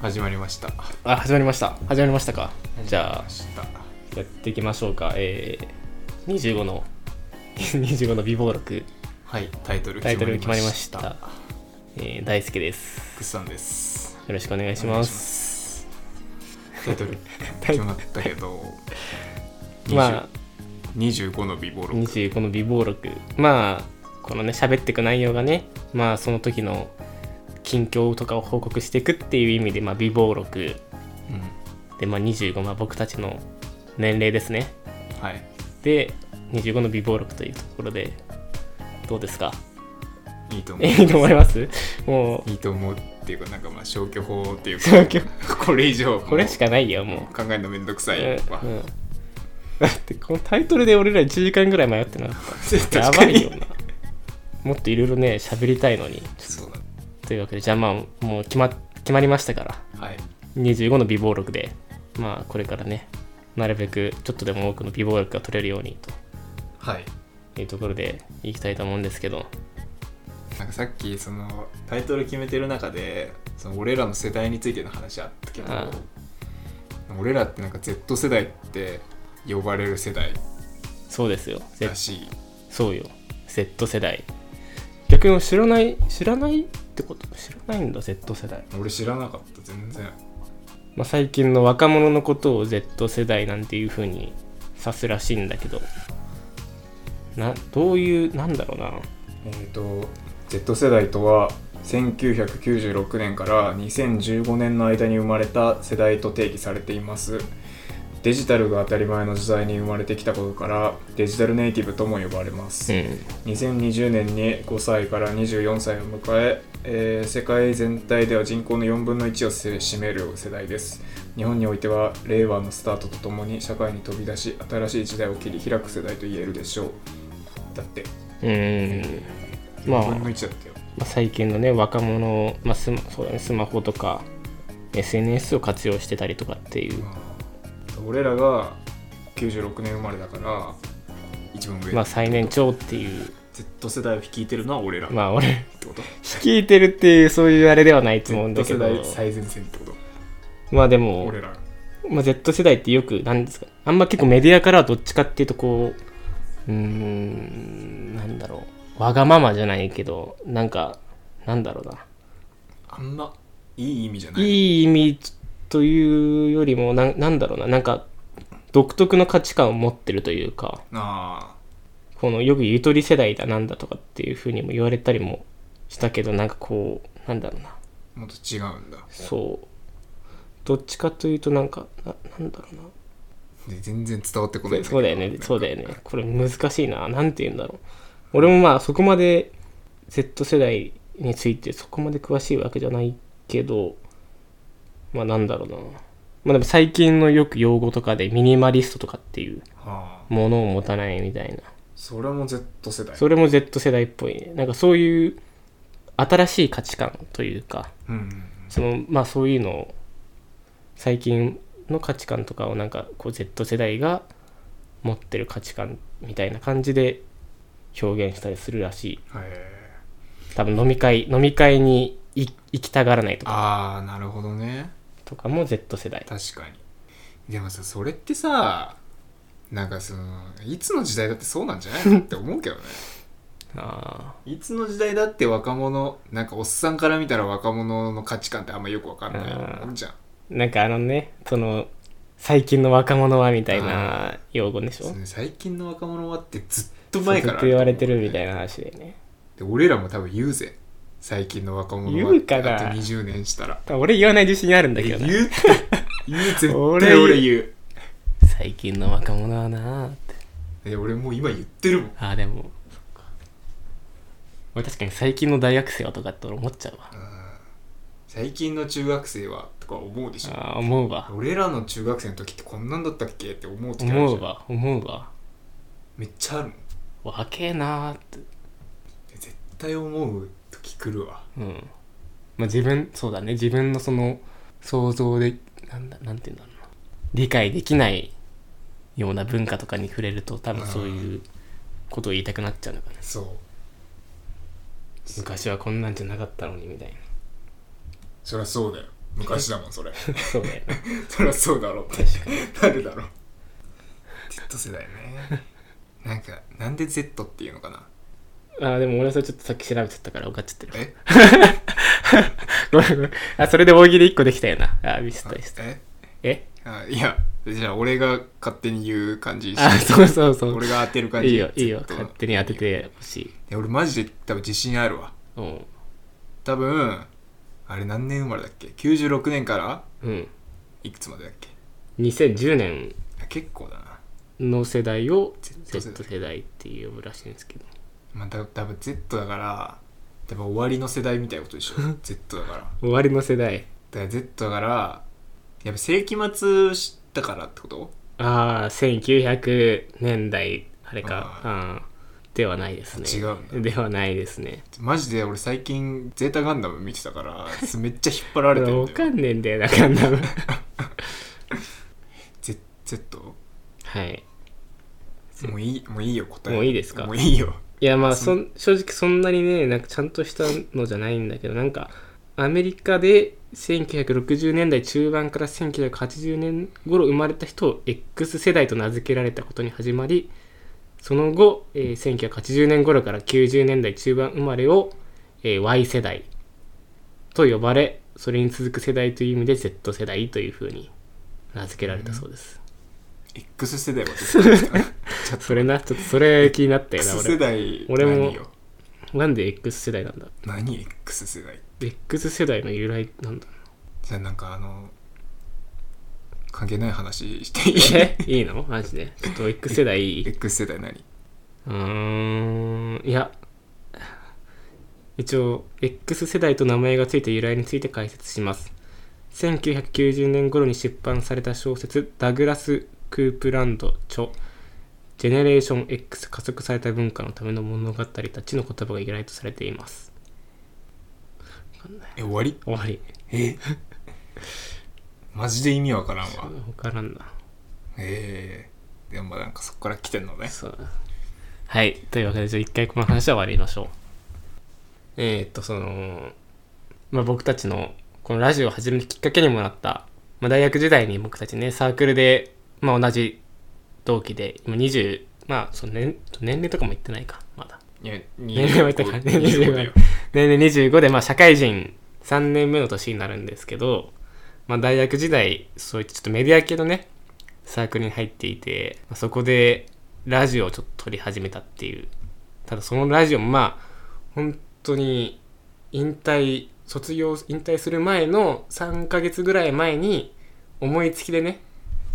始まりましたあ始まりました始まりましたかじゃ始まりましあやっていきましょうかえー、25の 25の美貌録たはいタイトルタイトル決まりましたたえー、大輔ですくっさんですよろしくお願いしお願まいすすタイトルタイ決まったけど まあ20 25の美貌録25の美貌録まあこのね喋っていく内容がねまあその時の近況とかを報告していくっていう意味で、まあ、美貌録うんで、まあ、25、まあ、僕たちの年齢ですねはいで25の美貌録というところでどうですかいいと思ういいと思いますもいいと思うっていうかなんかまあ消去法っていうか消去これ以上うこれしかないよもう、もう考えるのめんどくさいわ、うんうんだって このタイトルで俺ら1時間ぐらい迷ってなかった や確かばいによなもっといろいろね喋りたいのにそうというわけでじゃあまあもう決ま決まりましたからだはい25の美貌録でまあこれからねなるべくちょっとでも多くの美貌録が取れるようにはいというところでいきたいと思うんですけどなんかさっきそのタイトル決めてる中でその俺らの世代についての話あったけど、あ俺らってなんか Z 世代って呼ばれる世代そうですよらしいそうよ Z 世代逆に知らない知らないってこと知らないんだ Z 世代俺知らなかった全然まあ、最近の若者のことを Z 世代なんていう風に指すらしいんだけどなどういうなんだろうなえっ、と Z 世代とは1996年から2015年の間に生まれた世代と定義されていますデジタルが当たり前の時代に生まれてきたことからデジタルネイティブとも呼ばれます、う2020年に5歳から24歳を迎ええー世界全体では人口の4分の1を占める世代です日本においては令和のスタートとともに社会に飛び出し新しい時代を切り開く世代と言えるでしょうだってんうん、まあ4分の1だったよ、まあ、最近のね若者、まあスマそうだね、スマホとか SNS を活用してたりとかっていうまあ俺らが96年生まれだから一番上、まあ最年長っていう Z 世代を率いてるのは俺らっまあ俺 てこと聞いてるっていうそういうあれではないと思うんだ Z け世ど代最前線ってことまあでも俺らまあ、Z 世代ってよくなんですかあんま結構メディアからはどっちかっていうとこううーんなんだろうわがままじゃないけどなんかなんだろうな、あんまいい意味じゃないい、い意味というよりもなんなんだろうななんか独特の価値観を持ってるというかあこのよくゆとり世代だなんだとかっていうふうにも言われたりもしたけどなんかこうなんだろうなあもっと違うんだそうどっちかというとなんかななんだろうなで全然伝わってこないんけどそうだよねそうだよねこれ難しいななんて言うんだろう俺もまあそこまで Z 世代についてそこまで詳しいわけじゃないけどまあなんだろうなまあでも最近のよく用語とかでミニマリストとかっていうはあものを持たないみたいなそれも Z 世代それも Z 世代っぽいねなんかそういう新しい価値観というかうんうんそのまあそういうのを最近の価値観とかをなんかこう Z 世代が持ってる価値観みたいな感じで表現したりするらしいうんへえ多分飲み会飲み会に行行きたがらないとかああなるほどねとかも Z 世代確かにでもさそれってさなんかそのいつの時代だってそうなんじゃないのって思うけど ねあいつの時代だって若者なんかおっさんから見たら若者の価値観ってあんまよくわかんないうんあるじゃんーなんかあのねその最近の若者はみたいな用語でしょそずの最近の若者はってずっとっ前からと言われてるみたいな話でねで俺らも多分言うぜ最近の若者は言うかなあと20年したら多分俺言わない自信あるんだけどな言うって言う絶対俺言う俺言う最近の若者はなーってえ俺もう今言ってるもんああでもそっか俺確かに最近の大学生はとかって俺思っちゃうわ最近の中学生はとか思うでしょあー思うわ俺らの中学生の時ってこんなんだったっけって思う時あるじゃん思うわ思うわめっちゃあるもん若えなーって絶対思う時来るわうんまあ自分そうだね自分のその想像でなんだなんて言うんだろうな理解できないような文化とかに触れると多分そういうことを言いたくなっちゃうのかなそう昔はこんなんじゃなかったのにみたいなそりゃそうだよ昔だもんそ れそうだよね。そりゃそうだろうって確かに。なるだろう Z 世代ねなんかなんで Z っていうのかなあー、でも俺はそれちょっとさっき調べちゃったから分かっちゃってる。えごめんごめん。 あ、それで大喜利1個できたよな。あー、ミスったミスった。ええあいやじゃあ俺が勝手に言う感じにしあー、そうそうそう。俺が当てる感いじいよ、いいよ。 Z 勝手に当ててほしい。いや俺マジで多分自信あるわうん。多分あれ何年生まれだっけ96年からうん。いくつまでだっけ2010年あ結構だな、の世代を Z 世代 Z 世代って呼ぶらしいんですけど。まあ、だ多分 Z だから多分終わりの世代みたいなこと でしょ Z だからだか終わりの世代。ら Z だからやっぱ世紀末知ったからってことああ、1900年代、あれか。ああーではないですね。違うんだではないですね。マジで俺最近ゼータガンダム見てたからめっちゃ引っ張らあれれてるんわだかよんねえんだよな、ガン ダム。 Z, Z? はい。もういいもういいよ答えもういいですかもういいよいやまあそそん正直そんなにねなんかちゃんとしたのじゃないんだけどなんかアメリカで1960年代中盤から1980年頃生まれた人を X 世代と名付けられたことに始まりその後、えー1980年頃から90年代中盤生まれを、えー Y 世代と呼ばれそれに続く世代という意味で Z 世代というふうに名付けられたそうです、 X 世代は Z それなちょっとそれ気になったよな X 世俺代俺も何よなんで X 世代なんだ何 X 世代 X 世代の由来なんだじゃあなんかあの関係ない話していい えいいのマジでちょっと X 世代いい X 世代何うーんいや一応 X 世代と名前がついた由来について解説します1990年頃に出版された小説ダグラス・クープランド著「ジェネレーション X 加速された文化のための物語たち」の言葉が由来とされていますえ終わり終わりえマジで意味わからんわ分からんなええでもなんかそこから来てんのねそうはいというわけでじゃあ一回この話は終わりましょうえー、っとその、まあ、僕たちのこのラジオを始めるきっかけにもなった、まあ、大学時代に僕たちねサークルで、まあ、同じ同期で今20まあその年年齢とかも言ってないかまだいや年齢はいたからね25だよ年齢25で、まあ、社会人3年目の年になるんですけど、まあ、大学時代そういったちょっとメディア系のねサークルに入っていて、まあそこでラジオをちょっと撮り始めたっていうただそのラジオもまあ本当に引退卒業引退する前の3ヶ月ぐらい前に思いつきでね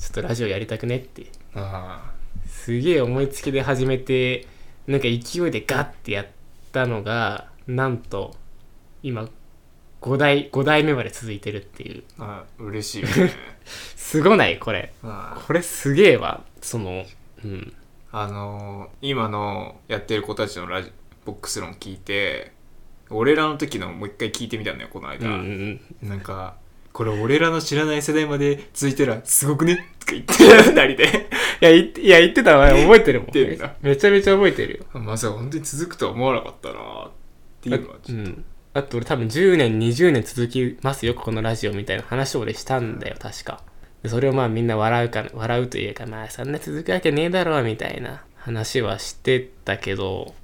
ちょっとラジオやりたくねってあすげえ思いつきで始めてなんか勢いでガッてやったのがなんと今5代5代目まで続いてるっていうーあー嬉しいよ ねすごないこれあこれすげえわそのうんーあのー今のやってる子たちのラジボックス論聞いて俺らの時のもう一回聞いてみたんだよこのう間、んうんなんかこれ俺らの知らない世代まで続いてらすごくねとか言 って二人でいや言っていや言ってたわ覚えてるもん言ってんだめちゃめちゃ覚えてるよまさか本当に続くとは思わなかったなっていうのはうちょっとんあと俺多分10年20年続きますよここのラジオみたいな話を俺したんだよ確かでそれをまあみんな笑うか笑うというかまあそんな続くわけねえだろうみたいな話はしてたけど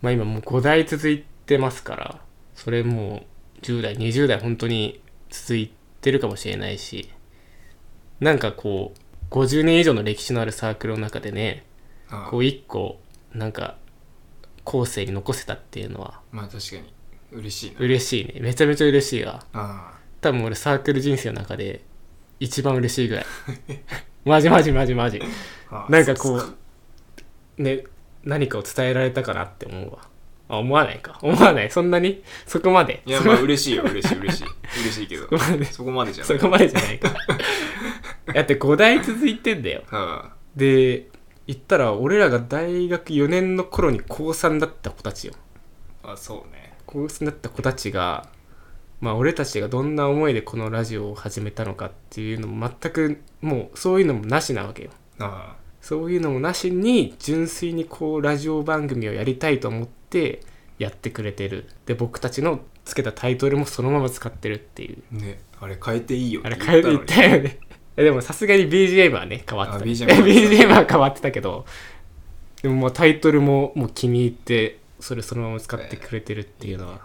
まあ今もう5代続いてますからそれもう10代20代本当に続いてるかもしれないしなんかこう50年以上の歴史のあるサークルの中でねあーこう一個なんか後世に残せたっていうのはまあ確かに嬉しいな嬉しいねめちゃめちゃ嬉しいわあ多分俺サークル人生の中で一番嬉し いぐらいマジマジマジマジーあーなんかそこっすうね何かを伝えられたかなって思うわあ思わないか思わないそんなにそこまでいやまあ嬉しいよ嬉しい嬉しい嬉しいけどそこまでそこまでじゃなそいこまでじ ゃないかだって5代続いてんだよあで言ったら俺らが大学4年の頃に高3だった子たちよあそうね高卒になった子たちが、まあ、俺たちがどんな思いでこのラジオを始めたのかっていうのも全くもうそういうのもなしなわけよあそういうのもなしに純粋にこうラジオ番組をやりたいと思ってやってくれてるで僕たちのつけたタイトルもそのまま使ってるっていうねあれ変えていいよあれ変えていったよねえでもさすがに BGM はね変わってたあ BGM は BGM は変わってたけどでもまあタイトルももう気に入ってそれそのまま使ってくれてるっていうのは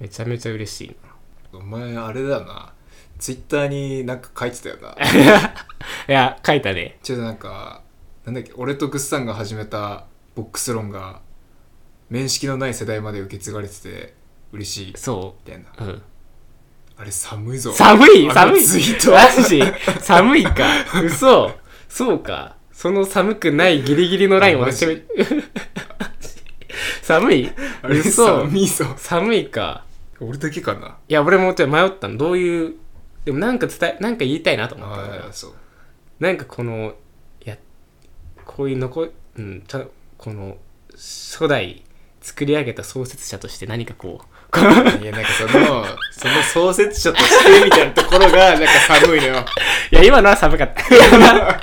めちゃめちゃ嬉しいなお前あれだよなツイッターになんか書いてたよないや書いたねちょっとなんかなんだっけ俺とグッさんが始めたボックス論が面識のない世代まで受け継がれてて嬉しいみそたいなう、うん、あれ寒いぞ寒いあの寒いツイートマジ寒いか嘘そうかその寒くないギリギリのラインをマジ私め 寒いあれ嘘寒いぞ寒いか俺だけかないや俺もちょっと迷ったのどういうでもなんか伝えなんか言いたいなと思ったのああそうなんかこのいやこういう残うんちゃんこの初代作り上げた創設者として何かこう このいやなんかそのその創設者としてみたいなところが なんか寒い のよいや今のは 寒かった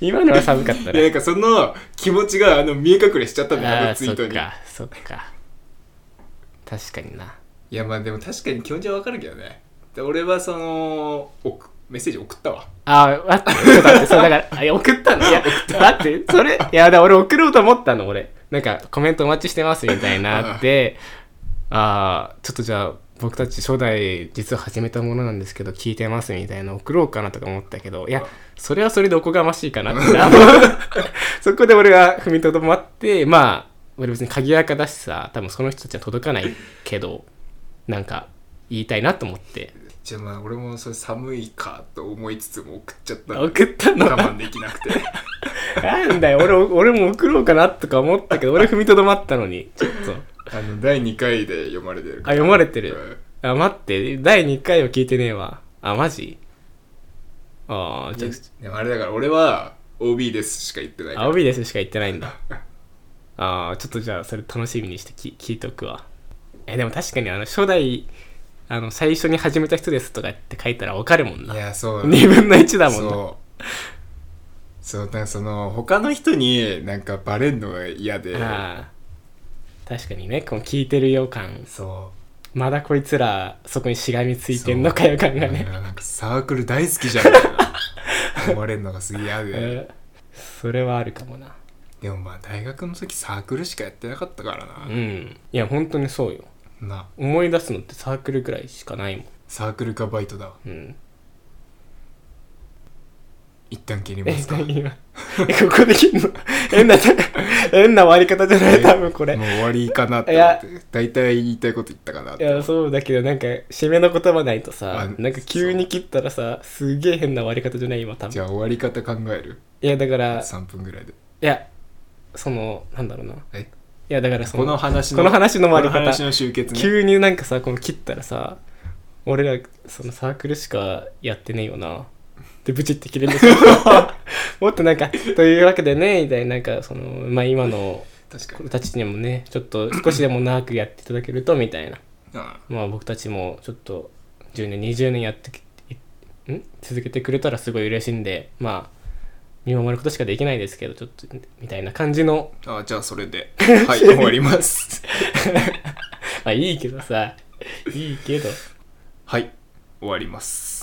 今のは寒かったいやなんかその気持ちがあの見え隠れしちゃったんだよああのあツイそーっトにかそっか確かにないやまあでも確かに気持ちはわかるけどねで俺はその送メッセージ送ったわああ待ってちょっと待ってそうだからあいや送ったのいや待ってそれいやだから俺送ろうと思ったの俺なんかコメントお待ちしてますみたいなってああちょっとじゃあ僕たち初代実は始めたものなんですけど聞いてますみたいな送ろうかなとか思ったけどいやそれはそれでおこがましいかなってあの そこで俺は踏みとどまってまあ俺別に鍵垢だしさ多分その人たちは届かないけどなんか言いたいなと思ってじゃあまあ俺もそれ寒いかと思いつつも送っちゃったの送ったの我慢できなくて なんだよ、俺、俺も送ろうかなとか思ったけど、俺踏みとどまったのに、ちょっと。あの第2回で読まれてるあ、読まれてる。あ、待って、第2回は聞いてねえわ。あ、マジああ、じじゃでもあれだから俺は OB ですしか言ってないかあ、ら。青ビですしか言ってないんだ。ああ、ちょっとじゃあ、それ楽しみにしてき聞いとくわ。え、でも確かに、あの、初代、あの、最初に始めた人ですとかって書いたらわかるもんないやそうだね2分の1だもんな。そうそうなんかその他の人になんかバレんのが嫌でああ確かにね、この聞いてるよ感。そまだこいつら、そこにしがみついてんのかよ感うがなんね。かサークル大好き じゃんみたいな思われるのがすげえ嫌でえーそれはあるかもなでもまあ大学の時サークルしかやってなかったからうなんいや本当にそうよな思い出すのってサークルぐらいしかないもサークルかバイトだわんうん一旦切りまえすか何今えここでき んの変な変な終わり方じゃない多分これもう終わりかなって思って大体言いたいこと言ったかなっいてやそうだけどなんか締めの言葉ないとさあなんか急に切ったらさすげえ変な終わり方じゃない今多じ分ゃあ終わり方考えるいやだからい3分ぐらいでやそのなんだろうないえやだからそこのの話のこの話の終わりこの方話の集結ね急になんかさこの切ったらさ俺らそのサークルしかやってねえよなでブチって切れるんですよもっとなんかというわけでねみたいななんかそのまあ今の確か子にたちにもねちょっと少しでも長くやっていただけるとみたいなあまあ僕たちもちょっと10年20年やってきいん続けてくれたらすごい嬉しいんでまあ見守ることしかできないですけどちょっとみたいな感じの あじゃあそれではい終わりますまあいいけどさいいけどはい終わります